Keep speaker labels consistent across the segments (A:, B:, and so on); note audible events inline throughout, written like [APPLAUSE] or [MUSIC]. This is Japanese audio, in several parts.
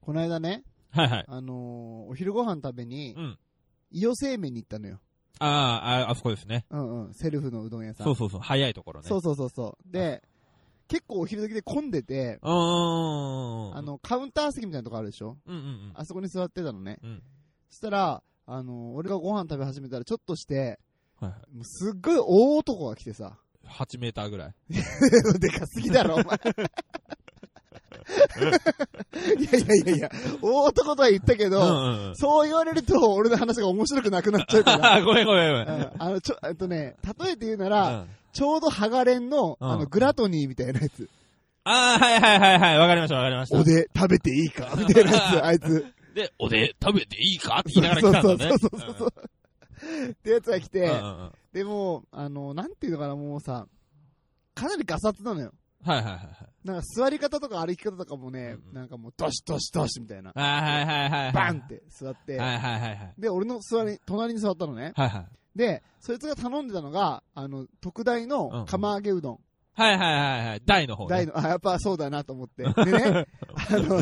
A: この間ね、
B: はいはい。
A: あのーお昼ご飯食べに
B: う、ん。
A: 伊予製麺に行ったのよ。
B: ああ、ああそこですね。
A: うんうん、セルフのうどん屋さん。
B: そうそうそう。早いところね。。
A: そううそうそうそう。で、結構お昼時で混んでて、
B: うーん。
A: あ、の、カウンター席みたいなとこあるでしょ
B: うんうんうん。
A: あそこに座ってたのね。
B: うん。
A: そしたら、あのー俺がご飯食べ始めたらちょっとして、
B: はいはい。
A: もうすっごい大男が来てさ、 [LAUGHS]
B: 8メーターぐらい。
A: でかすぎだろ、お前。 [LAUGHS] いやいやいやいや、大男とは言ったけ
B: う
A: ど、
B: んうんうん。
A: そう言われると俺の話が面白くなくなっちゃうか
B: あ
A: ら。
B: ごめんごめんごめん。
A: うんあの、ちょ、えっとね、例えて言うな
B: う
A: ら、
B: ん
A: ちょうどハガレンの、
B: うん
A: あの、グラトニーみたいなやつ。
B: ああ、はいはいはいはい。わかりましたわかりました。
A: おで、食べていい
B: [LAUGHS]
A: かみたいなやつ、あいつ。
B: で、おで、食べていいかって言いながら来たんだね。
A: そうそうそうそうってやつが来
B: うん
A: て、
B: うんうんうん
A: でも、あの、なんていうのかな、もうさ、かなりガサツなのよ。
B: はいはいはいはい。
A: なんか座り方とか歩き方とかもね、
B: うんうん
A: なんかもう、ドシドシドシみたいな。
B: あーはいはいはいはい。
A: バンって座って、
B: はいはいはいはい。
A: で、俺の座り、隣に座ったのね。
B: はいはい。
A: で、そいつが頼んでたのが、あの、特大の釜揚げうどん。
B: はいはいはいはい。大の方
A: 大
B: ね。
A: の、あ、やっぱそうだなと思
B: [LAUGHS]
A: って。でね、あの、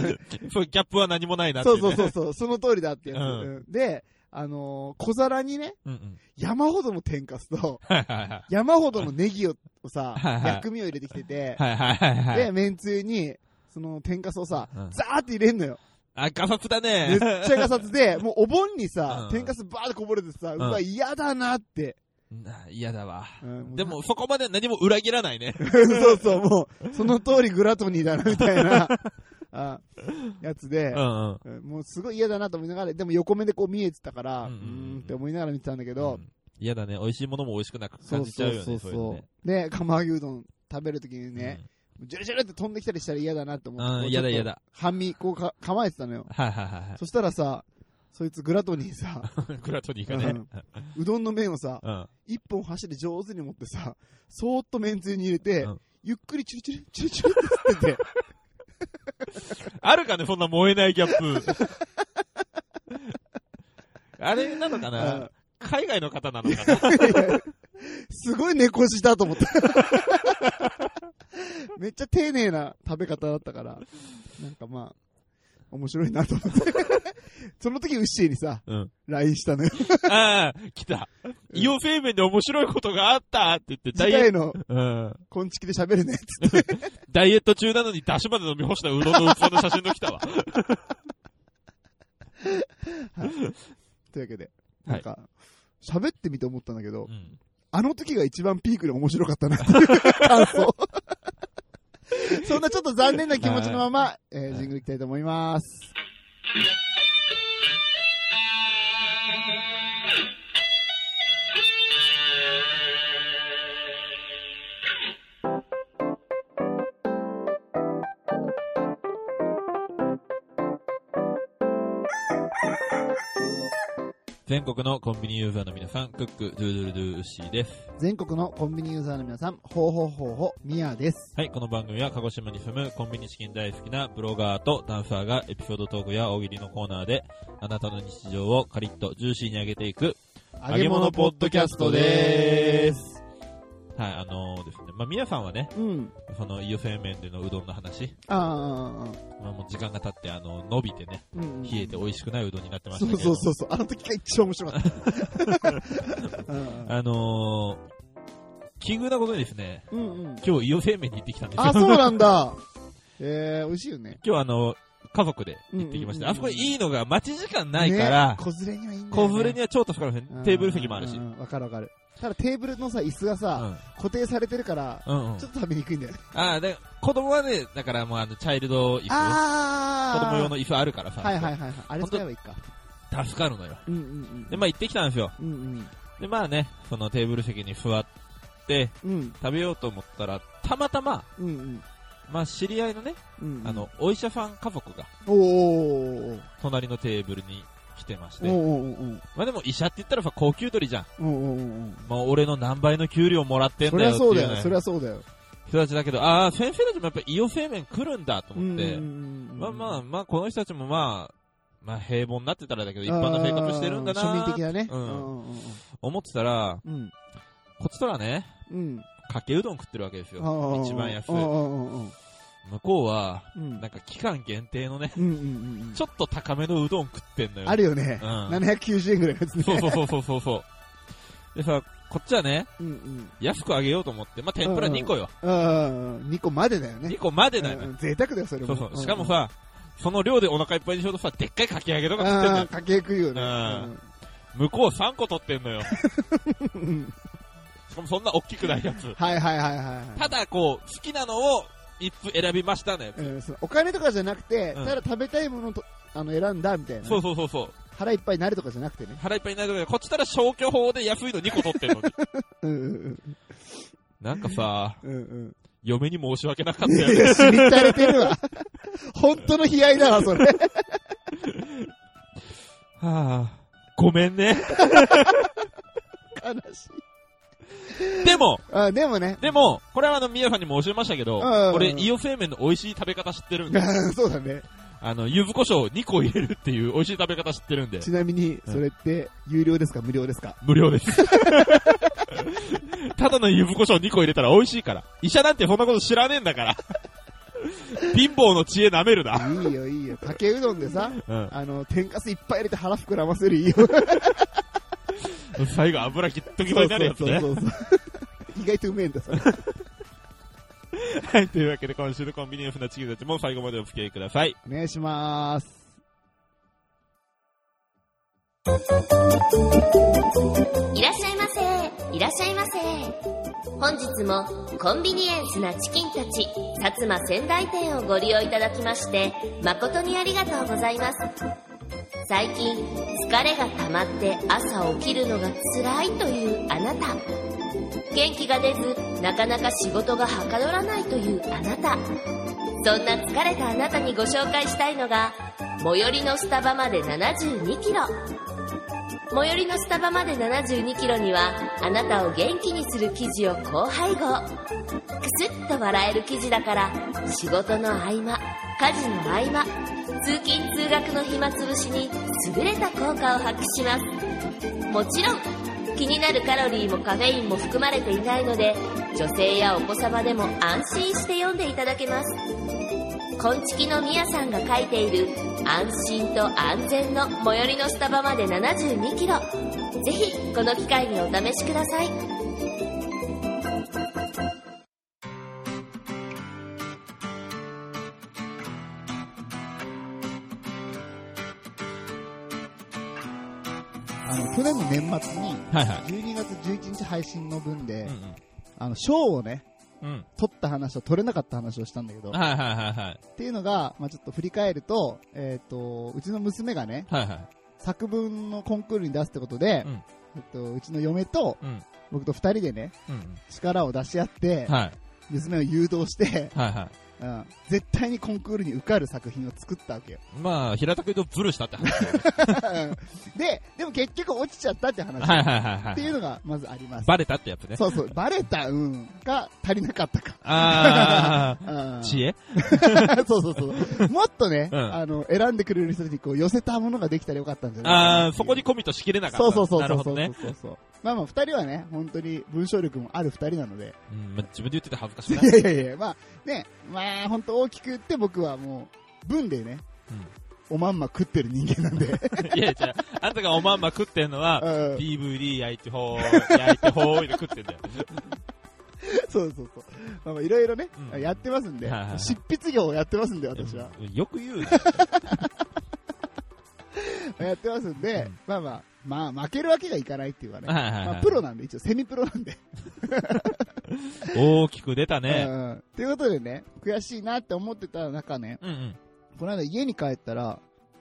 B: そう、ギャップは何もないなってい
A: そう
B: ね。。
A: そうそううそう、その通りだってやつ。
B: うん
A: うんで、あのー小皿にね、
B: うんうん。
A: 山ほどの天かす
B: [LAUGHS]
A: と、
B: はいはいはい。
A: 山ほどのネギをさ
B: はい、はい
A: 薬味を入れてきてて、
B: はいはいはいはい。
A: で、めんつゆに、その天かすをさ、
B: うん
A: ザーって入れんのよ。
B: あ、ガサツだ
A: め
B: ね
A: っ。ちゃガサツ
B: [LAUGHS]
A: で、もうお盆に
B: う
A: さ
B: ん、
A: 天かすバーってこぼれてさ、うんわ、嫌だなって。
B: な嫌だわ。
A: うん
B: で、も、そこまで何も裏切らないね。
A: [LAUGHS] そうそう、もう、その通りグラトニーだな、みたい
B: [LAUGHS]
A: な、あやつで、
B: んうん。
A: うんもうすごい嫌だなと思いながら、でも横目でこう見えてたから、
B: う
A: うん
B: うんうん
A: ーんって思いながら見てたんだけど、
B: 嫌だね。美味しいものも美味しくなく
A: そ
B: 感
A: う
B: じちゃ
A: そうう
B: よね。
A: そう
B: いの
A: そ
B: ね
A: う。で、釜揚げうどん食べるときにね、。ジュルジュルって飛んできたりしたら嫌だなって思
B: うん
A: って。
B: 嫌だ嫌だ。
A: 半身、こうか構えてたのよ。
B: はいはいはいは
A: そしたらさ、そいつグラトニーさ、
B: い。グラトニーがね。
A: うどんの麺をさ、
B: うん。
A: 一本箸で上手に持ってさ、そーっと麺つゆに入れて、
B: うん
A: ゆっくりチュルチュル、チュルチュルって言ってて、
B: あるかね、そんな燃えないギャッ
A: [LAUGHS]
B: プ。あれなのか
A: う
B: なん海外の方なのかな
A: すごい猫舌だと思った。 [LAUGHS] めっちゃ丁寧な食べ方だったから、なんかまあ、面白いなと思って。 [LAUGHS] その時、ウッシーにさ、
B: うん
A: LINE した
B: [LAUGHS]
A: のよ。
B: ああ、来た。イオ製麺で面白いことがあったって言って、ダ
A: 次
B: イエ
A: 回の
B: うん
A: 昆虫で喋るね、つって。
B: ダイエット中なのに出汁まで飲み干したうどんの器の写真の来
A: [LAUGHS]
B: たわ。
A: というわけで、
B: はい
A: なんか、喋ってみて思ったんだけど、
B: うん
A: あの時が一番ピークで面白かったなって
B: [LAUGHS]
A: いう感想。そんなちょっと残念な気持ちのまま、えージングルいきたいと思います。
B: 全国のコンビニユーザーの皆さん、クック、ドゥードゥルドゥーウッシーです。
A: 全国のコンビニユーザーの皆さん、ほうほうほうほう、ミヤです。
B: はい、この番組は鹿児島に住むコンビニチキン大好きなブロガーとダンサーがエピソードトークや大喜利のコーナーであなたの日常をカリッとジューシーに上げていく揚げ物ポッドキャストでーす。はい、あのー、ですね、まあ皆さんはね、
A: うん。
B: その伊予製麺でのうどんの話、
A: あーあー、あ
B: まあもう時間が経ってあの、伸びてね、
A: ーうん。
B: 冷えて美味しくないうどんになってまし
A: そ
B: たけ
A: う
B: ど。
A: そうそうそう。あの時が一番面白か
B: [LAUGHS]
A: った。うん
B: あのー、奇遇なことにですね、
A: うん
B: [LAUGHS]
A: うん。
B: 今日伊予製麺に行ってきたんですよ。
A: あ、そうなんだ。えー、美味しいよね。
B: 今日あの、家族で行ってきました。
A: うん
B: あ
A: うん
B: そ
A: うんうん
B: こいいのが待ち時間ないから
A: ね、子連れにはいいんだよ
B: 子
A: ね。
B: 連れには超助かるんですね。テーブル席もあるし。
A: う
B: うん
A: うんんうんわかるわかる。ただテーブルのさ、椅子がさ、固定されてるから、
B: うんうん
A: ちょっと食べにくいんだよね。
B: ああ、で、子供はね、だからもうあの、チャイルド椅子、
A: あ
B: 子供用
A: の。
B: の椅子あるから
A: はいはい
B: さ、
A: はいはい。あれ使えばいいか。
B: 助かるのよ。
A: うんうんうん。
B: で、まあ行ってきたんですよ。
A: うんうん。
B: で、まあね、そのテーブル席に座って
A: うん
B: 食べようと思ったら、たまたま、
A: うんうん。
B: まあ知り合いのね、
A: うんうん
B: あ、の、お医者さん家族が
A: おーおー
B: 隣のテーブルに来てまし
A: おーおー
B: て、
A: おー
B: まあでも医者って言ったらさ、高級取りじゃん。
A: おーおーおーお
B: もう俺の何倍の給料もらって
A: ー
B: ん
A: そ
B: だ
A: り
B: よ
A: ゃ
B: って
A: そうだ
B: いう
A: よ、
B: ね
A: そりゃそうだよ。
B: 人たちだけど、ああ、先生たちもやっぱ伊予製麺来るんだと思って、まあまあ
A: あ、
B: まあ、この人たちもまあ、まあ平凡になってたらだけど、一般の生活してるんだ
A: あー庶
B: な
A: 民的
B: ー
A: だね。
B: うん
A: うんうん
B: 思ってたら、
A: うん。うん
B: こっちとらね、
A: うん。
B: かけうどん食ってるわけですよ。一番安い
A: うんうんうんうん
B: 向こうは、
A: うん
B: なんか期間限定のね、
A: うんうんうんうん。
B: ちょっと高めのうどん食ってんのよ。
A: あるよね。
B: うん
A: 790円ぐらいのやつね。
B: そうそうそうそうそうそう。でさ、こっちはね、
A: うんうん。
B: 安くあげようと思って、まあ、天ぷら2個よ。
A: うん。2個までだよね
B: 2。個までだよ
A: う
B: ね。
A: ん贅沢だよ、それ
B: そ
A: も。
B: うそう。しかもさ、その量でお腹いっぱいにしようとさ、でっかいかき揚げと
A: う
B: か
A: ん、
B: 食ってんの
A: あ
B: よ
A: ー。かけ食いよね。
B: 向こう3個取ってんのよ。 [LAUGHS] し
A: うん
B: かもそんな大きくないやつ。
A: はいはいはいはい。
B: ただこう、好きなのを一服選びましたね。
A: うんそのお金とかじゃなくて、
B: うん
A: ただ食べたいものとあの選んだみたいな。
B: そうそうそうそう。
A: 腹いっぱいになるとかじゃなくてね。
B: 腹いっぱいになるけど、こっちたら消去法で安いの2個取ってんのに。
A: うんうん
B: [LAUGHS] なんかさ、
A: うん。うん
B: 嫁に申し訳なかっ
A: うん。
B: たよ
A: い
B: ね。
A: や、死にたれてるわ。 [LAUGHS] 本当の悲哀だわ、それ。
B: [LAUGHS] はあ、ごめんね。
A: 悲しい。
B: でも、
A: あでもね。 [LAUGHS]
B: でも、これはあの、みやさんにも教えましたけど、
A: うん
B: 俺、伊予製麺の美味しい食べ方知ってるん
A: あ
B: で、
A: ーそうだね。
B: あの、柚子胡椒2個入れるっていう美味しい食べ方知ってるんで、
A: ちなみに、それって、有料ですか、無料ですか。
B: 無料です。 [LAUGHS] ただの柚子胡椒2個入れたら美味しいから。医者なんてそんなこと知らねえんだから。貧乏の知恵舐めるな。
A: いいよ、いいよ。かけうどんでさ、
B: うん。
A: あの、天かすいっぱい入れて腹膨らませるいい
B: [LAUGHS]
A: よ。
B: 最後油きっときとになるやつね。
A: そうそうそうそう意外とうめえんだ、それ。
B: はい、というわけで今週のコンビニエンスなチキンたちも最後までお付き合いください。
A: お願いします。
C: いらっしゃいませいらっしゃいませ本日もコンビニエンスなチキンたち薩摩仙台店をご利用いただきまして誠にありがとうございます最近疲れが溜まって朝起きるのが辛いというあなた元気が出ずなかなか仕事がはかどらないというあなたそんな疲れたあなたにご紹介したいのが最寄りのスタバまで72キロ最寄りのスタバまで7 2キロにはあなたを元気にする記事を高配合くすっと笑える記事だから仕事の合間家事の合間通勤通学の暇つぶしに優れた効果を発揮しますもちろん気になるカロリーもカフェインも含まれていないので女性やお子様でも安心して読んでいただけますこんちきのみやさんが書いている安心と安全の最寄りのスタバまで7 2キロぜひこの機会にお試しください
A: あの、去年の年末に、
B: はいはい。
A: 12月11日配信の分で、
B: う
A: あの、賞をね、
B: んうん。
A: 取った話と取れなかった話をしたんだけど、
B: うん。
A: っ
B: はいはいはいはい。
A: ていうのが、まあちょっと振り返ると、えっ、と、うちの娘がね、
B: はいはい。
A: 作文のコンクールに出すってことで、
B: うん
A: えっと、うちの嫁と、
B: うん。
A: 僕と二人でね、
B: うん。
A: 力を出し合って、
B: はい。
A: 娘を誘導して、 [LAUGHS]
B: はいは
A: うん、絶対にコンクールに受かる作品を作ったわけよ。
B: い。まあ、平たく言うとブルしたって話だよ
A: [LAUGHS]
B: ね
A: で、でも結局落ちちゃったって話。
B: はいはいはいは
A: ってい
B: い。
A: うのがまずあります。
B: バレたってやつね。
A: そうそう、バレた、うん、が足りなかったか。
B: あ
A: う
B: あ、
A: ん
B: 知恵
A: [LAUGHS] そうそうそう。もっとね、
B: うん
A: あの、選んでくれる人にこう寄せたものができたらよかったんじゃないかな
B: ああ、そこにコミットしきれなかった。
A: そうそうそう
B: な
A: そう
B: るほ
A: そ
B: ど
A: う
B: ね。
A: そうそう。まあまあ、二人はね、本当に文章力もある二人なので。
B: うんまあ自分で言ってて恥ずかしくない
A: [LAUGHS] い。やいやいや、まあね、まあ本当大きく言って僕はもう、文でね、
B: うん
A: おまんま食ってる人間なん
B: [LAUGHS]
A: で。
B: いやいや、あんたがおまんま食ってんの
A: う
B: は、
A: ん
B: DVD 焼いてほーい、焼いてほーいで
A: [LAUGHS]
B: 食ってんだよ。
A: そうそうそう。まあまあいろいろね、
B: うん
A: やってますんで、
B: はいはいはい
A: 執筆業をやってますんで、私は。
B: うんよく言うね。
A: やってますんで、
B: うん
A: まあまあ、まあ負けるわけがいかないっていうかね。
B: はいはい
A: ま
B: は
A: あ、
B: い
A: プロなんで、一応セミプロなんで。
B: 大きく出た
A: う
B: ね。
A: ん。ということでね、悔しいなって思ってた中ね、
B: うんうん。
A: この間家に帰ったら、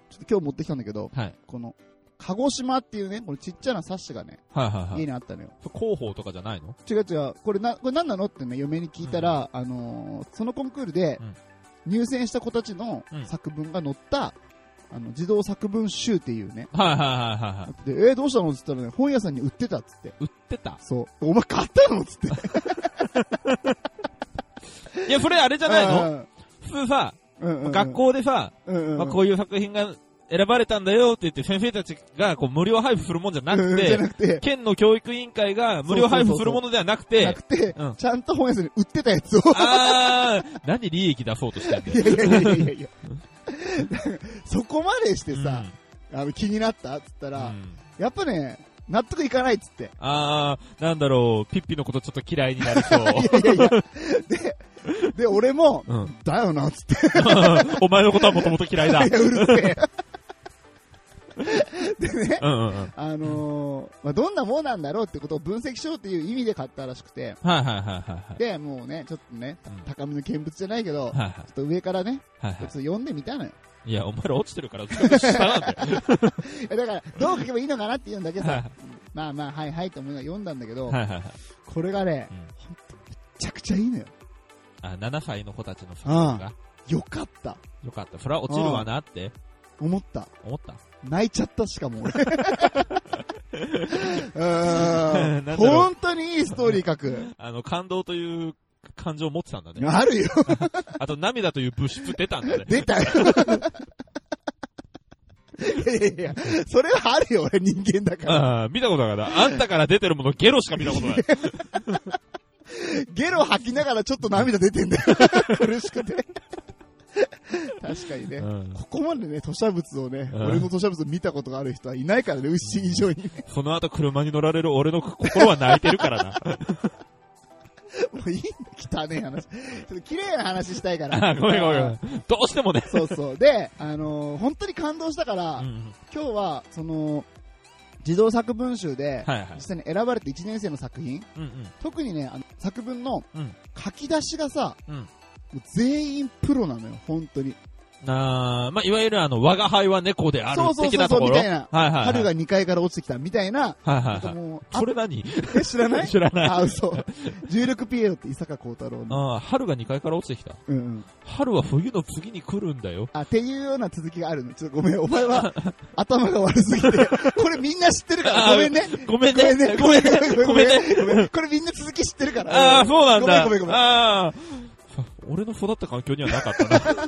A: ちょっと今日持ってきたんだけど、
B: はい。
A: この、鹿児島っていうね、このちっちゃな冊子がね、
B: はいはいは
A: 家
B: い。
A: にあったのよ。
B: 広報とかじゃないの
A: 違う違う、これな、これ何なのってね、嫁に聞いたら、あのーそのコンクールで
B: うん、
A: 入選した子たちの
B: うん
A: 作文が載った、あの、児童作文集っていうね。
B: はいはいはいはいはい。
A: で、えーどうしたのって言ったらね、本屋さんに売ってたっつって。
B: 売ってた
A: そう。お前買ったのっつって。
B: いや、それあれじゃないの
A: の
B: 普通さ、
A: うんうんうん
B: 学校でさ、
A: うんうんうん
B: まあこういう作品が選ばれたんだよって言って、先生たちがこう無料配布するもんじゃな
A: う
B: く
A: んじゃな
B: て、
A: くて、
B: 県の教育委員会が無料配布するものではなく
A: な
B: て
A: く、て
B: うん、
A: ちゃんと本屋さんに売ってたやつを。
B: あー、何利益出そうとしてんだ
A: い
B: よ。
A: やいやいやいやいや。そこまでしてさ、あの気になったっつった
B: うん、
A: ら、
B: うん
A: やっぱね、納得いかないっつって。
B: あー、なんだろう、ピッピのことちょっと嫌いになりそう。
A: [LAUGHS] いやいや。で、で、俺も、
B: うん、 [LAUGHS]
A: だよなっつって。
B: お前のことはもともと嫌いだ。
A: いや、うるせえ。でね、
B: うんうんうん。はい
A: あのーまあ、どんなもんなんだろうってことを分析しようっていう意味で買ったらしくて、
B: はいはいはい
A: で、もうね、ちょっとね、
B: うん
A: 高めの見物じゃないけど、
B: はい。はいはい
A: ちょっと上からね、
B: はい
A: ちょ
B: は
A: っと読んでみたのよ。
B: い。いや、お前ら落ちて
A: [LAUGHS]
B: るから、全部下なんだよ。
A: いやだから、どう書けばいいのかなって言うんだけど
B: はい
A: さ、まあまあ、はいはいと思いながら読んだんだけど、
B: はいはいはい。
A: これがね、
B: うん
A: ほんとめちゃくちゃいいのよ。
B: あ、7歳の子たちの作品が。
A: よかった。
B: よかった。それは落ちるわなって
A: 思った。
B: 思った。
A: 泣いちゃったしかも
B: [LAUGHS]
A: 俺。う
B: なんだ
A: ーん。
B: ろう
A: 本当にいいストーリー書く。
B: あの、感動という感情を持ってたんだね。
A: あるよ。
B: あと、涙という物質出たんだね。
A: 出たよ。いやいやいや、それはあるよ、俺人間だから。
B: ああ、見たことなかった。あんたから出てるものゲロしか見たことない。
A: ゲロ吐きながらちょっと涙出てんだ
B: [LAUGHS]
A: よ。苦しくて。確かにね。
B: うん
A: ここまでね、吐砂物をね、
B: うん
A: 俺の吐砂物を見たことがある人はいないからね、牛以上に。
B: その後車に乗られる俺の心は泣いてるからな。
A: もういいんだ、汚ねえ話。ちょっと綺麗な話したいか
B: [LAUGHS] あ
A: ら。
B: ーごめんごめんごめん。どうしてもね。
A: そうそう。で、あのー本当に感動したから、
B: うんうん
A: 今日は、その、児童作文集で、
B: はいはい
A: 実。際に選ばれて1年生の作品、
B: うんうん。
A: 特にね、あの作文の
B: うん
A: 書き出しがさ、
B: うん
A: もう全員プロなのよ、本当に。
B: あーまあ、いわゆるあの、我が輩は猫である
A: そうそうそうそう
B: 的なところ。
A: みたいな
B: はいはいはい。
A: 春が2階から落ちてきたみたいな、
B: はい
A: な
B: は
A: ん
B: いは
A: か
B: い。
A: もう、あ
B: それ何
A: え知らない
B: 知らない。あ
A: あ、嘘。重力ピエロって伊坂幸太郎の。
B: あー、春が2階から落ちてきた。
A: うんうん。
B: 春は冬の次に来るんだよ。
A: あ、っていうような続きがあるの。ちょっとごめん、お前は頭が悪すぎて。これみんな知ってるから、
B: あ
A: ごめんね。
B: ごめん
A: ごめんね
B: ね。、ごめんね。
A: ご
B: ご
A: め
B: め
A: んね
B: んね。
A: ご [LAUGHS] めん。これみんな続き知ってるから。
B: ああ、そうなんだ。
A: ごめんごめんごめん。
B: ああ。さ俺の育った環 [LAUGHS] 境にはなかったな。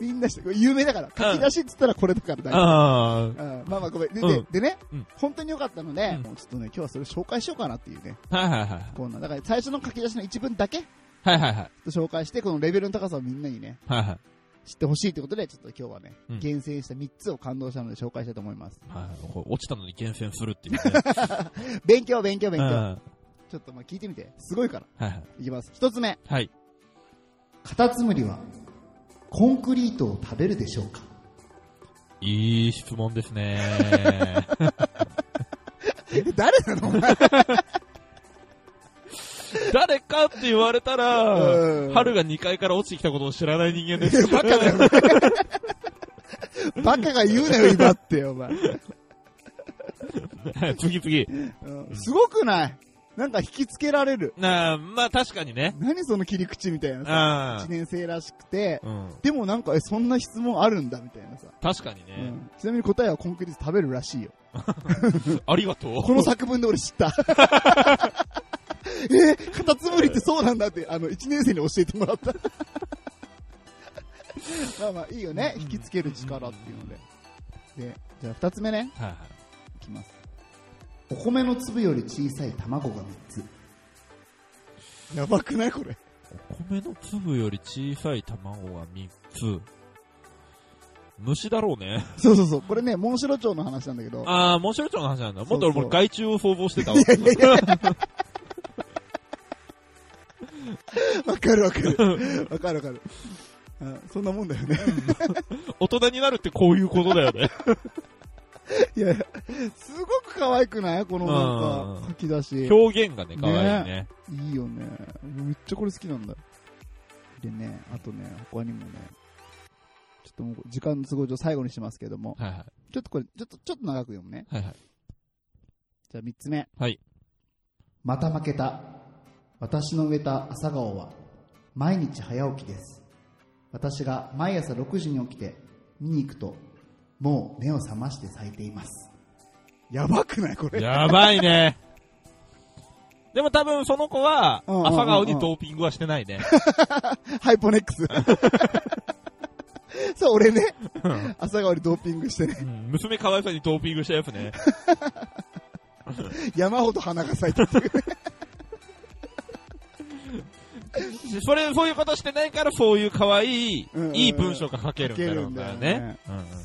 A: みんな知ってる。有名だから。書き出しって言ったらこれだから大丈
B: あ
A: 夫。うんまあまあごめん。で、
B: うん
A: ででね
B: うん、
A: 本当に良かったので、
B: うん
A: もうちょっとね、今日はそれ紹介しようかなっていうね、
B: あ。はいはいはい。
A: こんな。だから最初の書き出しの一文だけ、ちょ
B: はいはいはい。
A: っと紹介して、このレベルの高さをみんなにね、
B: はいはい。
A: 知ってほしいってことで、ちょっと今日はね、
B: うん
A: 厳選した3つを感動したので紹介したいと思います。
B: はいこう落ちたのに厳選するっていうね。
A: 勉強、勉強、
B: う
A: 勉
B: ん
A: 強。
B: はい
A: ちょっとまあ聞いてみて。すごいから。
B: はい。
A: いきます。一つ目。
B: はい。
A: カタツムリは、コンクリートを食べるでしょうか
B: いい質問ですね。 [LAUGHS]
A: 誰なのお前。
B: 誰かって言われた
A: う
B: ら
A: ん、
B: 春が2階から落ちてきたことを知らない人間です。
A: [LAUGHS] バカだよ、ね。バカが言うなよ、今って、お前。
B: はい次次。
A: うんすごくないなんか引きつけられる。
B: なあ、まあ確かにね。
A: 何その切り口みたいなさ。
B: あ
A: 一年生らしくて
B: あ。、うん。
A: でもなんか、え、そんな質問あるんだ、みたいなさ。
B: 確かに
A: う
B: ね。
A: ん、ちなみに答えはコンクリート食べるらしいよ。
B: ありがとう。
A: この作文で俺知った。えー、カタツムリってそうなんだって、あの、1年生に教えてもらった。まあまあ、いいよね。引きつける力っていうので。で、じゃあ2つ目ね。
B: はいはい。
A: いきます。お米の粒より小さい卵が3つ。やばくないこれ。
B: 米の粒より小さい卵が3つ。虫だろうね。
A: そうそうそう。これね、モンシロチョウの話なんだけど。
B: ああ、モンシロチョウの話なんだ。もっと
A: そうそう
B: 俺害虫を想像してたわ。
A: わかるわかる。 [LAUGHS] わかるわかる。あそんなもんだよね。
B: [LAUGHS] 大人になるってこういうことだよね。
A: [LAUGHS] いやいや、すごく可愛くないこのなん
B: う
A: か
B: ん
A: 書き出し。
B: 表現がね、可愛いね。
A: いいよね。めっちゃこれ好きなんだ。でね、あとね、他にもね、ちょっともう時間の都合上最後にしますけども、
B: はいは
A: ちょっとこれ、ちょっと、ちょっと長く読むね。
B: い。はいはい。
A: じゃあ3つ目。
B: はい。
A: また負けた。私の植えた朝顔は、毎日早起きです。私が毎朝6時に起きて、見に行くと、もう目を覚まして咲いています。やばくないこれ。
B: やばいね。でも多分その子は、
A: うんうんうんうん
B: [LAUGHS] 朝顔にドーピングはしてないね。
A: ハイポネックス。そう、俺ね、
B: うん
A: 朝顔にドーピングしてね、
B: うん娘可愛さにドーピングしたやつね。
A: 山ほど花が咲いたっていう。
B: それ、そういうことしてないから、そういう可愛い
A: うんうんう、ん
B: いい文章が書けるんだろうからね。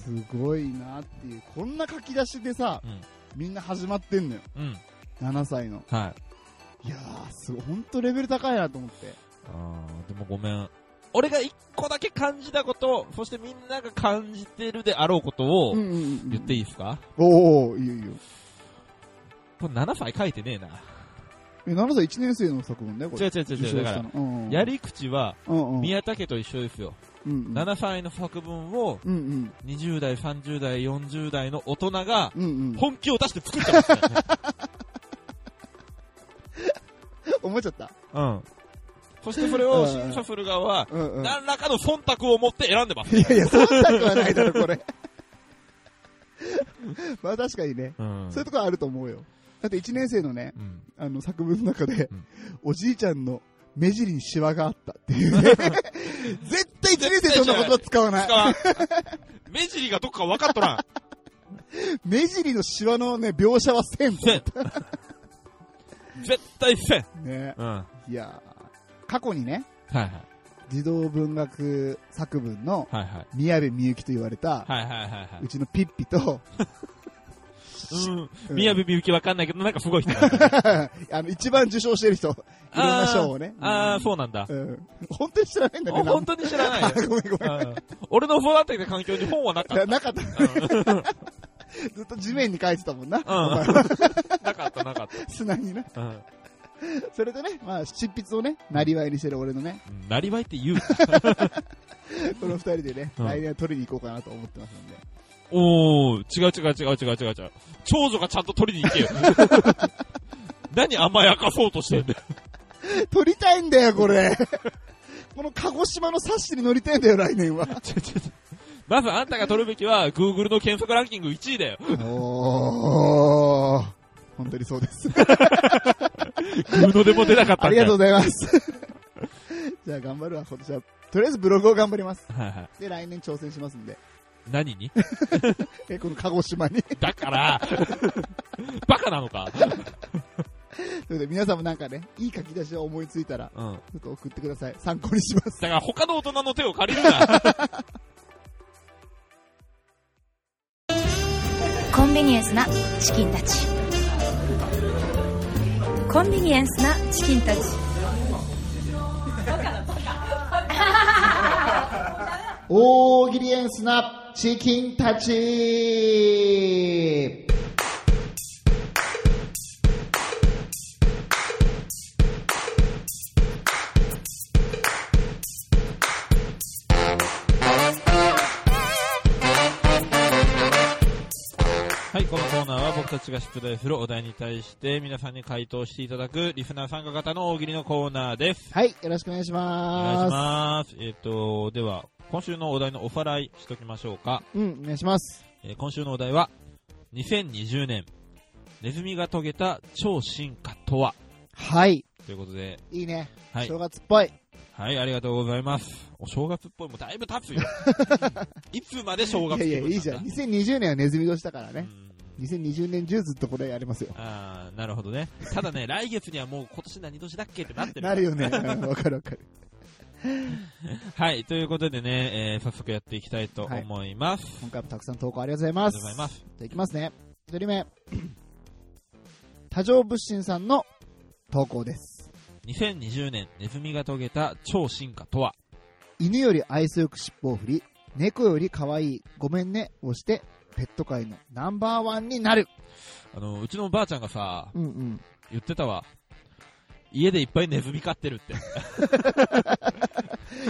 A: すごいなっていう。こんな書き出しでさ、
B: うん
A: みんな始まってんのよ。
B: うんうん。うん。
A: 7歳の。
B: はい。
A: いやー、すごい。ほんとレベル高いなと思って。
B: あーでもごめん。俺が一個だけ感じたこと、そしてみんなが感じてるであろうことを
A: うんうんうん
B: 言っていいですか、
A: おー、いいよいいよ。
B: これ7歳書いてねえな。
A: え、7歳1年生の作文だよ、こ
B: 違
A: れ。
B: う違う違う違う。だから、
A: ら、うんうん
B: や、り口は
A: うんうん、
B: 宮武と一緒ですよ。
A: うんうん、
B: 7歳の作文を
A: うんうん。
B: 20代、30代、40代の大人が
A: うんうん。
B: 本気を出して作って [LAUGHS] ますからね。
A: 思っちゃった。
B: うん。そしてそれを審査する側は、
A: うんうん。
B: 何らかの忖度を持って選んでます。
A: いやいや、そんなことはないだろ、こ
B: [LAUGHS]
A: れ。まあ確かにね、
B: うん
A: そういうとこあると思うよ。だって1年生のね、
B: うん
A: あの作文の中で、
B: うん
A: おじいちゃんの目尻にシワがあったって
B: [LAUGHS]
A: いうね。絶対1年生そんなことは使わない
B: 使。わん [LAUGHS] 目尻がどっか分かっとらん。
A: 目尻のシワのね、描写はせんと。
B: せん。絶対せん。
A: ね。
B: うん。はい
A: やー過去にね、
B: いはい。
A: 児童文学作文の
B: はいはい。
A: 宮部みゆきと言われた、
B: はいはいはいは
A: うちのピッピと、 [LAUGHS]
B: い。う。
A: うんん
B: 宮部みゆき分かんないけど、なんかすごい人。
A: あの、一番受賞してる人、いろんな賞をね。
B: あーあー、そうなんだ。
A: うん。本当に知らないんだね。
B: お本当に知らないよ。
A: ごめんごめん。
B: うん俺の育ってきた環境に本はなかっ
A: なな
B: [LAUGHS]
A: かった。 [LAUGHS] ずっと地面に書いてたもんな。
B: た。うん。 [LAUGHS] なかったなかっ
A: 砂にな。
B: た。うん
A: それでね、まあ、執筆をね、なりわいにしてる俺のね、
B: うん。なりわいって言う。
A: この二人でね、
B: うん
A: 来年は取りに行こうかなと思ってますんで。
B: [LAUGHS] おー、違う違う違う違う違う違う。長女がちゃんと取りに行 [LAUGHS] けよ。何甘やかそうとしてんだよ。
A: 取りたいんだよ、これ。この鹿児島のサッシに乗りたいんだよ、来年は。
B: [LAUGHS] ちょちょちょまずあんたが取るべきは、Google の検索ランキング1位だよ。
A: おー。本当にそう [LAUGHS] です。
B: グーのでも出なかった
A: あ
B: ん
A: り
B: だ
A: がとうご
B: よ。
A: ざいます。 [LAUGHS] じゃあ頑張るわ、今年は。とりあえずブログを頑張ります。
B: はいはい。
A: で、来年挑戦しますんで。
B: 何に
A: え、この鹿児島に。 [LAUGHS]
B: だ [LAUGHS] から、バカなのか。
A: ということで皆さんもなんかね、いい書き出しを思いついたら、
B: うん。だ
A: ちょっと送ってください。参考にします。
B: から他の大人の手を借りるな。
D: コンビニエンスなチキンたちコンビニエンスなチキンたち
A: 大喜利エンスなチキンたち
B: [LAUGHS] はい、このコーナーは僕たちが出題するお題に対して皆さんに回答していただくリスナー参加型の大喜利のコーナーです。
A: はい、よろしくお願いし
B: お願い
A: ま
B: し
A: す。
B: ます。えっ、と、では、今週のお題のおさらいしときましょうか。
A: うん、お願いします。
B: えー今週のお題は、2020年、ネズミが遂げた超進化とは
A: はい、
B: ということで、
A: いいね。
B: はい
A: 正。月っぽい。
B: はい、ありがとうございます。お正月っぽいもうだいぶ経
A: [LAUGHS]
B: つよ。いつまで正
A: い
B: 月
A: や
B: っぽ
A: い
B: い
A: や、いいじゃん。2020年はネズミ年だから
B: う
A: ね。
B: ん
A: 2020年中ずっとこれやりますよ。
B: あーなるほどね。ただね、来月にはもう今年何年だっけってなってる。
A: なるよね。うんわかるわかる。
B: はい、ということでね、えー早速やっていきたいと思います。
A: 今回もたくさん投稿ありがとうございま
B: ありが
A: す。
B: とうございます。
A: じゃあいきますね。一人目。多上物心さんの投稿です。
B: 2020年、ネズミが遂げた超進化とは
A: 犬より愛想よく尻尾を振り、猫より可愛い、ごめんね、をして、ペット界のナンバーワンになる。
B: あの、うちのばあちゃんがさ、
A: うんうん。
B: 言ってたわ。家でいっぱいネズミ飼ってるって。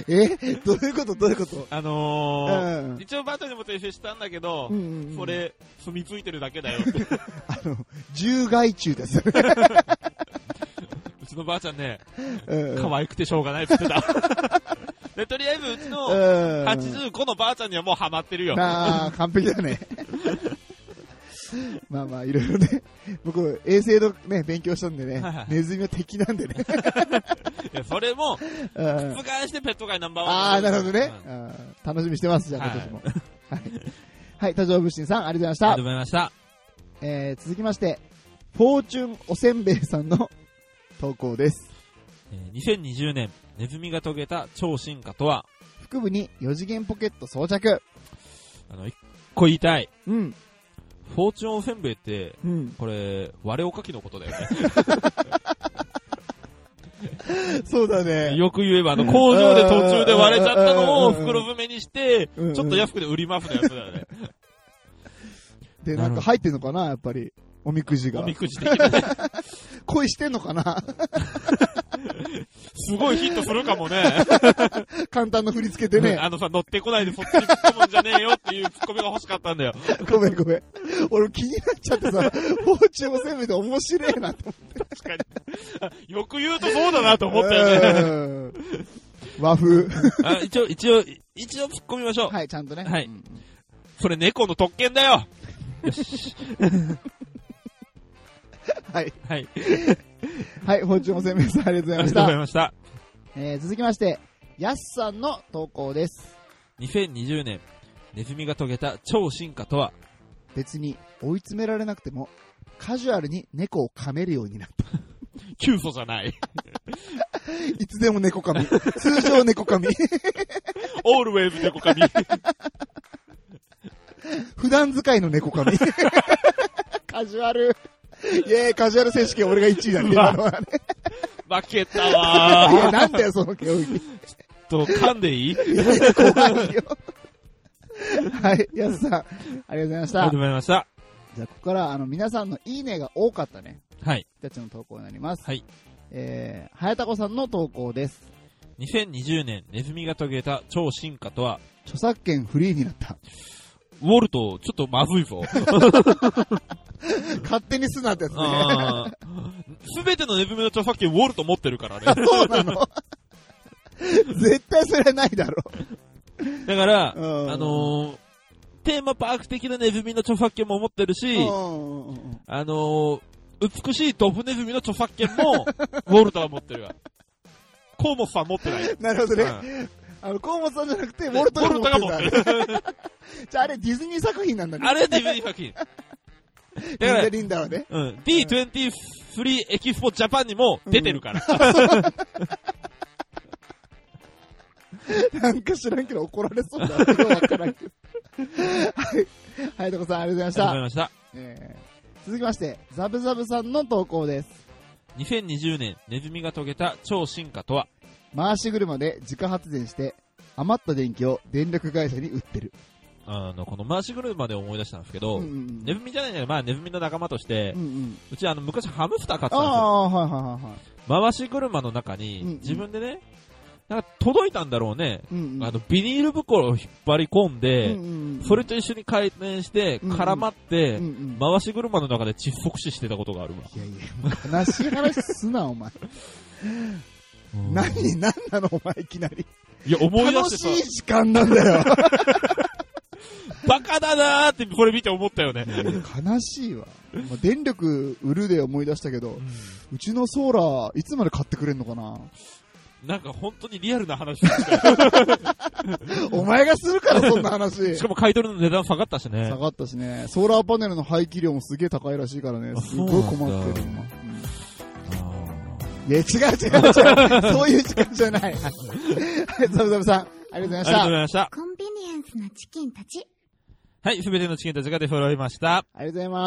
A: えどういうことどういうこと
B: あ
A: う
B: のー、
A: ん。
B: 一応バーチャルにも訂正したんだけど
A: う、んうん、
B: それ、住み着いてるだけだよって。
A: あの、獣害虫
B: [LAUGHS]
A: です。
B: うちのばあちゃんね、
A: うん
B: 可愛くてしょうがないって
A: [LAUGHS]
B: 言ってた。で、とりあえずうちの
A: うん
B: 85のばあちゃんにはもうハマってるよ。
A: なあ、完璧だね。 [LAUGHS] まあまあ、いろいろね。僕、衛生のね、勉強したんでね
B: はいはい、
A: ネズミは敵なん
B: [LAUGHS]
A: でね。
B: いやそれも、
A: うん
B: 覆してペット界ナンバーワン。
A: ああ、なるほどね
B: うん。
A: うん楽しみにしてます、じゃあ今年も。はい。はい、田島武神さん、ありがとうござ
B: ありが
A: い
B: と
A: まし
B: うございました。
A: た。えー、続きまして、フォーチュンおせんべいさんの投稿です。
B: えー2020年、ネズミが遂げた超進化とは、
A: 腹部に4次元ポケット装着。
B: あの、一個言いたい。
A: うん、
B: フォーチュンおせんべいって、
A: うん。
B: これ、割れおかきのことだよね。 [LAUGHS]
A: そうだね。
B: よく言えば、あの、工場で途中で割れちゃったのを
A: うんうんうんうん
B: 袋詰めにして、ち
A: うんう
B: ょ
A: ん
B: っと安くで売りますのやつだよね。
A: で、なんか入ってんのかな、やっぱり。おみくじ
B: お
A: が
B: み。くじ的なね。
A: 恋してんのかな [LAUGHS]
B: すごいヒットするかもね。
A: 簡単な振り付けでね。
B: あのさ、乗ってこないでそっちに突っ込むんじゃねえよっていうツッコミが欲しかったんだよ。
A: ごめんごめん。俺気になっちゃってさ、フォーチュンおせんべいって面白いなと
B: 確かに。よく言うとそうだなと思
A: 思
B: っ
A: ったた
B: よね。
A: よね。和風。
B: あ一応、一応、一応突っ込みましょう。
A: はい、ちゃんとね。
B: はい
A: うん
B: それ猫の特権だよ。
A: [LAUGHS] はい。
B: はい。
A: はい、フォーチュンおせんべいさんありがとうござい
B: あり
A: ま
B: が
A: し
B: とうござい
A: た。
B: ました。
A: えー続きまして、やすさんの投稿です。
B: 2020年、ネズミが遂げた超進化とは、
A: 別に追い詰められなくても、カジュアルに猫を噛めるようになった。
B: 急素じゃない。
A: いつでも猫噛み。
B: [LAUGHS]
A: 通常猫噛み。
B: オールウェイズ
A: [LAUGHS]
B: 猫髪。
A: 普段使いの猫髪。
B: [LAUGHS]
A: カジュアル。イェーイ、カジュアル選手権俺が1位だね。
B: うわ
A: 今のはね
B: 負けた
A: いや、
B: わ
A: なんだよ、その競技。
B: ー。と、噛んでいいあり
A: いや怖いよ。はい、やすさん、ありがとうございまし
B: がと
A: た
B: う。ございました。
A: じゃあ、ここから、あの、皆さんのいいねが多かったね。
B: はい。
A: たちの投稿になります。
B: はい。
A: えー、はやたこさんの投稿です。
B: 2020年、ネズミが遂げた超進化とは、
A: 著作権フリーになった。
B: ウォルト、ちょっとまずい
A: [LAUGHS]
B: ぞ。
A: 勝手にすなってやつね。
B: すべてのネズミの著作権ウォルト持ってるからね。
A: そうなの絶対それないだろ
B: だから、あ
A: うん
B: のー、テーマパーク的なネズミの著作権も持ってる
A: う
B: し、
A: んうんうん
B: あのー、美しいドブネズミの著作権も、 [LAUGHS] ウォルトが持ってるが。コウモスさん持ってない。
A: なるほどね。
B: うん
A: あの、河本さんじゃなくて、ウォルトが持って
B: ウォル
A: た。 [LAUGHS] じゃあ、あれディズニー作品なんだね。
B: あれディズニー
A: [LAUGHS]
B: 作品。
A: リン
B: だから
A: ダ、リンダはね。
B: うん、D23 エキスポジャパンにも出て
A: [LAUGHS]
B: るから。
A: なんか知らんけど怒られそうだな。よくわからんけど。はい。はい、とこさん、ありがとうございま
B: あり
A: した。
B: がとうございました。
A: えー続きまして、ザブザブさんの投稿です。
B: 2020年、ネズミが遂げた超進化とは、
A: 回し車で自家発電して、余った電気を電力会社に売ってる。
B: あの、この回し車で思い出したんですけ
A: う
B: ど、
A: んうん
B: ネズミじゃないんだけど、まあネズミの仲間として
A: うんう、ん。
B: うちあの昔ハムスター買って
A: あ
B: たんですよ。
A: あ、はいはいはいはい。
B: 回し車の中
A: うんうん
B: に、自分でね、なんか届いたんだろうね。
A: うんうん。
B: あの、ビニール袋を引っ張り込ん
A: うん
B: で
A: う、んうん、
B: それと一緒に回転して、
A: うんうん
B: 絡まっ
A: うん、
B: て
A: うん、
B: 回し車の中で窒息死してたことがあるわ。
A: いやいや、悲しい話すな、お [LAUGHS] 前。何、何なの、お前、いきなり。
B: いや、思い出
A: 楽
B: して
A: しい
B: さ、
A: 時間なんだよ。 [LAUGHS]
B: バカだなーってこれ見て思ったよね。
A: 悲しいわ。まあ、電力売るで思い出したけど、うちのソーラー、いつまで買ってくれんのかな
B: なんか本当にリアルな話でしたよ
A: [LAUGHS] お前がするから、そんな話。
B: しかも買い取りの値段下がったしね
A: 下。がったしね、ソーラーパネルの排気量もすげえ高いらしいからね、
B: あ
A: すごい困
B: そうな
A: っ
B: んだ
A: てる今。うん
B: あ
A: いや、違う違う違う。そういう時間じゃない。はい、ザブザブさん、ありがとうございま
B: ーありが
A: し
B: とう
A: た
B: ござ。いました。
D: コンビニエンスなチキンたち。
B: はい、すべてのチキンたちが出揃いました。
A: ありがとうござい
B: という
A: ま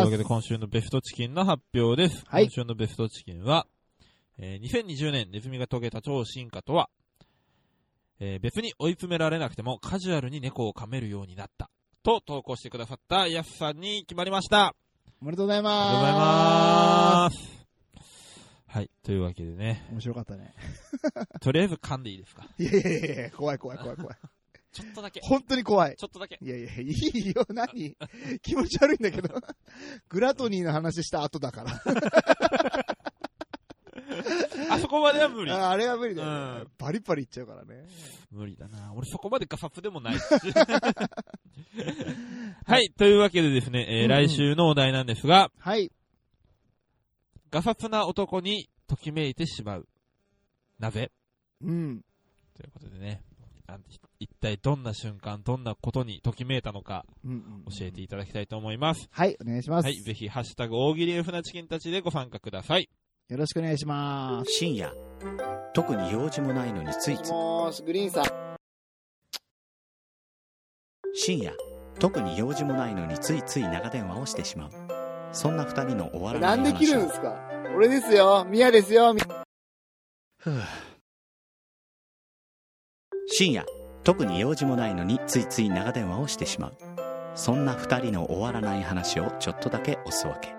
B: わけ
A: す。
B: で今週のベストチキンの発表です。
A: はい
B: 今週のベストチキンは、えー2020年ネズミが遂げた超進化とは、えー別に追い詰められなくてもカジュアルに猫を噛めるようになった。と投稿してくださったヤスさんに決まりました。
A: おめでとうござい
B: ありがとうござい
A: ま。
B: ますす。はい、というわけでね、
A: 面白かったね。
B: とりあえず噛んでいいですか
A: いやいやいやいや、怖い怖い怖い怖い。
B: ちょっとだけ、ち
A: 本当に怖い。
B: ょっとだけ。
A: いやいや、いいよ、何気持ち悪いんだけど。グラトニーの話した後だから。
B: あそこまでは無理。
A: ああれは無理だよね、
B: うん
A: バリバリいっちゃうからね。
B: 無理だな。俺そこまでガサツでも
A: [LAUGHS]
B: ないし。はい、というわけでですね、えー
A: うんうん
B: 来週のお題なんですが、
A: はい。
B: ガサツな男にときめいてしまう。なぜ
A: うん。
B: ということでね。なんて一体どんな瞬間、どんなことにときめいたのか
A: うんうん
B: 教えていただきたいと思います。
A: はい、お願いします。
B: はい、ぜひ、ハッシュタグ大喜利 F なチキンたちでご参加ください。
A: よろしくお願いします。
E: 深夜特に用事もないのについつい
A: もし、グリーンさん。
E: 深夜特に用事もないのについつい長電話をしてしまうそんな二人の終わらない話を
A: すか俺ですよ、ミヤですよ、
E: ふう深夜特に用事もないのについつい長電話をしてしまうそんな二人の終わらない話をちょっとだけおすわけ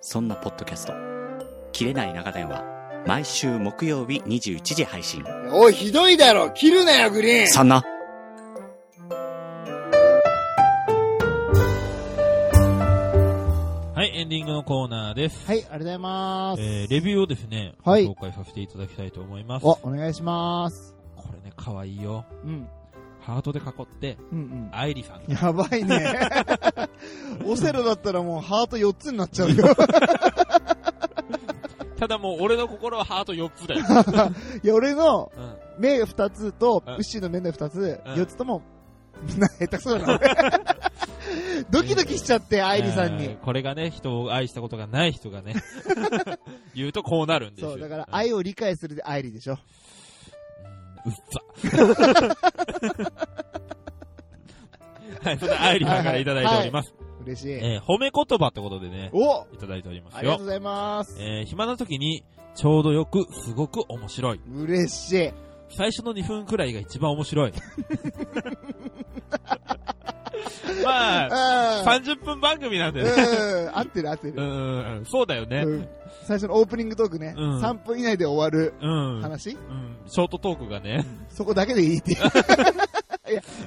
E: そんなポッドキャスト「切れない長電話」毎週木曜日21時配信
F: おい、ひどいだろ切るなよ、グリーン
E: そんな
B: はい、エンディングのコーナーです。
A: はい、ありがとうございます。
B: えーレビューをですね、
A: はい
B: ご紹介させていただきたいと思います。
A: お
B: こ、
A: お願いします。
B: れね、可愛いよ。
A: うん、
B: ハートで囲って、
A: うん、うん。
B: 愛理さんが
A: やばいね。
B: [LAUGHS]
A: オセロだったらもうハート4つになっちゃう
B: [LAUGHS]
A: よ。
B: ただもう俺の心はハート4つだよ。
A: [LAUGHS] いや、俺の
B: うん
A: 目2つと、
B: うん
A: ウッシーの目の2つ、
B: うん
A: 4つとも、な、下手くそだな。ドキドキしちゃって、愛理さんに
B: えー。これがね、人を愛したことがない
A: [LAUGHS]
B: 人がね、言うとこうなるんですよ。
A: そう、だから
B: 愛、
A: 愛を理解するで愛理でしょ。
B: うっざ。 [LAUGHS] はい、そんな愛理さんからいただいております。
A: 嬉しい。
B: えー褒め言葉ってことでね、
A: お
B: いただいておりま
A: あ
B: す
A: りがとう。
B: よ
A: ございます。
B: えー暇な時に、ちょうどよく、すごく面白い。
A: 嬉しい。
B: 最初の2分くらいが一番面
A: [LAUGHS]
B: 白い。まあ、
A: あ
B: 30分番組なんでね。
A: うん、合ってる合って
B: う
A: る。
B: ん、そうだよね。
A: うん最初のオープニングトークね、
B: うん
A: 3分以内で終わる
B: うん。
A: 話、
B: うんショートトークがね。
A: そこだけでいい
B: [LAUGHS]
A: っていう。いや、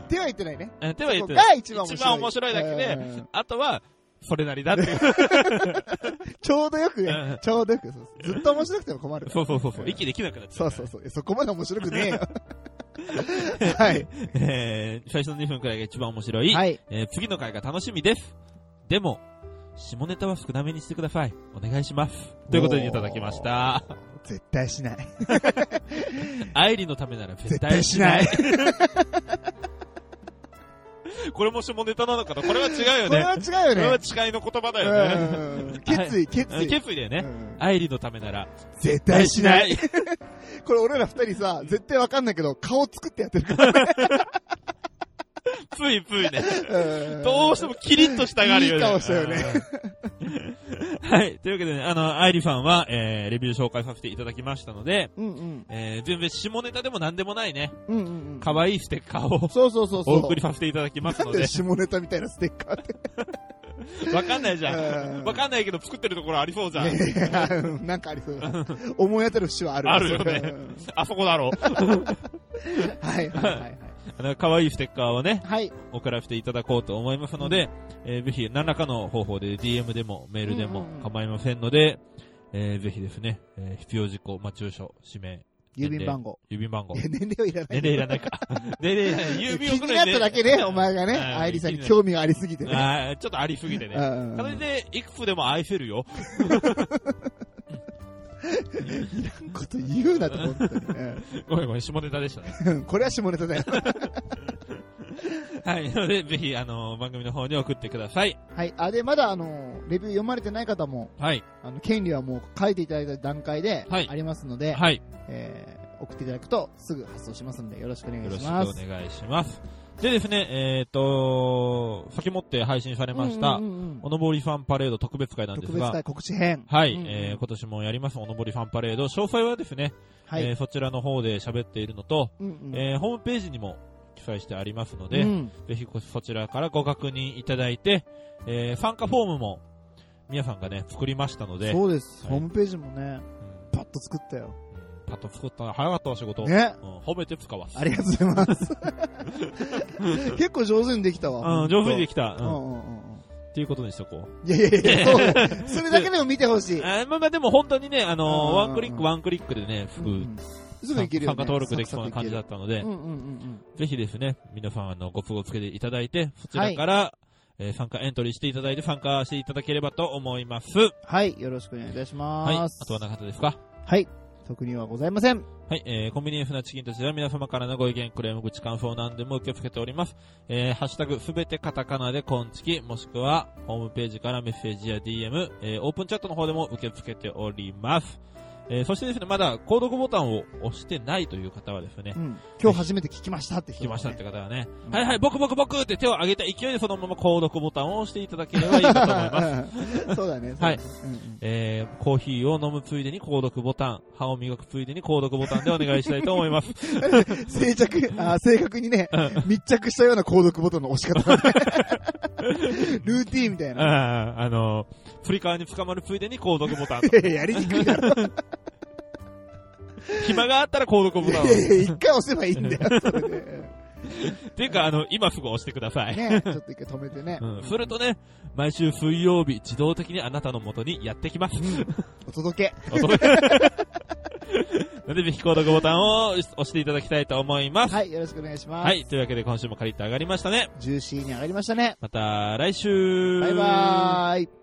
A: 手は言ってないね。
B: え手は言って
A: そこ
B: な
A: が
B: い
A: 一番面白い。
B: 一番面白いだけで
A: うん
B: あとは、それなりだっていう。 [LAUGHS]
A: ちょうどよく
B: うん
A: ね、ちょうどよく、そうそうずっと面白くても困るから。
B: そうそうそうそう。息できなくなっちゃ。
A: そううそうそう。そこまで面白くねえよ。
B: [LAUGHS]
A: [LAUGHS] はい。
B: えー最初の2分くらいが一番面白い。
A: はい。
B: えー次の回が楽しみです。でも、下ネタは少なめにしてください。お願いします。ということでいただきました。
A: 絶対しない。
B: 愛理のためなら絶
A: 絶
B: 対
A: 対
B: し
A: し
B: な
A: ない [LAUGHS] い。。
B: これも下ネタなのかなこれは違うよ
A: これ
B: ね
A: は。違
B: こ
A: う
B: れは
A: よ
B: 誓いの言葉だよね。
A: ね。うん決意、決
B: うん
A: 意。
B: 決意だよ
A: う
B: ね。
A: ん
B: 愛理のためなら
A: 絶対しない。
B: い。
A: これ俺ら二人さ、絶対わかんないけど、顔作ってやってるから。
B: ぷいぷいね。
A: うん
B: [LAUGHS] どうしてもキリッとしたがるよね。
A: いい顔したよね
B: うん。はい。というわけでね、あの、アイリファンは、えー、レビュー紹介させていただきましたので、
A: うんうん。
B: えー、全然下ネタでも何でもないね、
A: うんうんうん。
B: 可愛いステッカーを
A: そうそうそうそ
B: お
A: う。
B: 送りさせていただきます
A: な
B: の
A: ん
B: で
A: で、下ネタみたいなステッカーって。
B: わかんないじゃ。
A: うんん
B: わかんないけど作ってるところありそうじゃん。
A: いやいやうんなんかありそうだ
B: [LAUGHS]
A: な。思い当たる節はあるわ
B: あるよね
A: うん
B: あそこだろう。
A: はいはいはいはい。
B: あの可愛いステッカーをね、
A: はい。
B: 送らせていただこうと思いますので、えーぜひ何らかの方法で DM でもメールでも
A: うんうんうん
B: 構いませんので、えーぜひですね、えー必要事項、まあ、住所、氏名、
A: 郵便番号。
B: 郵便番号
A: い。や年齢はいらない。
B: 年齢いらないか。 [LAUGHS] 年齢いらない。郵
A: [LAUGHS]
B: 便
A: 気
B: 送
A: に
B: る
A: なっただけね、お前がね、
B: うん
A: 愛理さんに興味がありすぎてね。
B: ああ、ちょっとありすぎて
A: う
B: ね。
A: ん
B: それで、いくつでも愛せるよ。
A: こと言うなと思ってね。
B: ごめんごめん、下ネタ
A: [LAUGHS]
B: でしたね。
A: うんこれは下ネタだよ。
B: はい。なので、ぜひ、あのー、番組の方に送ってください。
A: はい。あ、で、まだあの、レビュー読まれてない方も、
B: はい。
A: あの、権利はもう書いていただいた段階で、
B: はい
A: ありますので、
B: はい。
A: えー送っていただくとすぐ発送しますので、よろしくお願い
B: よろし
A: し
B: く
A: ます。
B: お願いします。でですね、えっ、ー、と、先もって配信されました、
A: うんうんうんうん
B: おのぼりファンパレード特別会なんです
A: 特別
B: が
A: 会、告知編。
B: はい、
A: うんうん
B: えー今年もやりますおのぼりファンパレード。詳細はですね、
A: はい。
B: えーそちらの方で喋っているのと、
A: うんうん
B: えーホームページにも記載してありますので、
A: うん
B: ぜひこそちらからご確認いただいて、えー参加フォームも皆さんがね、作りましたので、
A: そうです、
B: は
A: ホ
B: い
A: ームページもね、
B: うん
A: パッと作ったよ。
B: パッと作ったの早かったわ、仕事。
A: ね。
B: うん褒めて使わす。
A: ありがとうございます。 [LAUGHS] 結構上手にできたわ。
B: うん、上手にで
A: き
B: きた。
A: た。う
B: う
A: ん
B: ん。っ
A: うんうんうん
B: ていうことにしとこう。
A: いやいやいや、そうだ
B: [LAUGHS]
A: よそれだけでも見てほしい。
B: あーまあまあでも本当にね、あのー
A: うん
B: ワンクリックワンクリックでね、
A: う
B: 服、
A: んうんすぐいけるよ、ね。
B: 参加登録できそうな感じだ
A: っ
B: ったので、
A: うんうんうん
B: ぜひですね、皆さんあの、ご都合つけていただいて、そちらから、えー参加エントリーしていただいて参加していただければと思います。
A: はい、よろしくお願いいたし
B: はい。あ
A: ます。
B: とはなかったですか
A: はい。特にはございません。
B: はい、えー、コンビニエンスなチキンたちでは皆様からのご意見、クレーム、口感想何でも受け付けております。えー、ハッシュタグすべてカタカナでコンチキ、もしくはホームページからメッセージや DM、えー、オープンチャットの方でも受け付けております。えー、そしてですね、まだ購読ボタンを押してないという方はですね
A: う、ん。今日初めて聞きましたって人、
B: 聞きましたって。方はね、
A: うん
B: はいはい、僕僕僕って手を挙げた勢いでそのまま購読ボタンを押していただければいいかと思いま
A: [LAUGHS] そうだね。
B: す。
A: そうだね
B: はい。
A: うんうん
B: えー、コーヒーを飲むついでに購読ボタン、歯を磨くついでに購読ボタンでお願いしたいと思います。
A: [LAUGHS] 静着、あー正確にね、密着したような購読ボタンの押し方
B: [LAUGHS]
A: がねルーティーンみたいな。
B: ああ、あの、プリカーに捕まるついでに購読ボタ
A: い [LAUGHS]
B: ン。
A: やいややりにくいだろ。
B: 暇があったら購読ボ
A: い
B: タンを。
A: や
B: っ
A: いや一回押せばいいんだよ、それで。
B: ていうか、あの、今すぐ押してください。 [LAUGHS]
A: ね、ちょっと一回止めてね。
B: うん、するとね、毎週水曜日、自動的にあなたの元にやってきます。
A: お届け。
B: [LAUGHS] お届け [LAUGHS] なので、ぜひ購読ボタンを押していただきたいと思います。
A: はい、よろしくお願いします。
B: はい、というわけで今週もカリッと上がりましたね。
A: ジューシーに上がりましたね。
B: また来週
A: バイバーイ。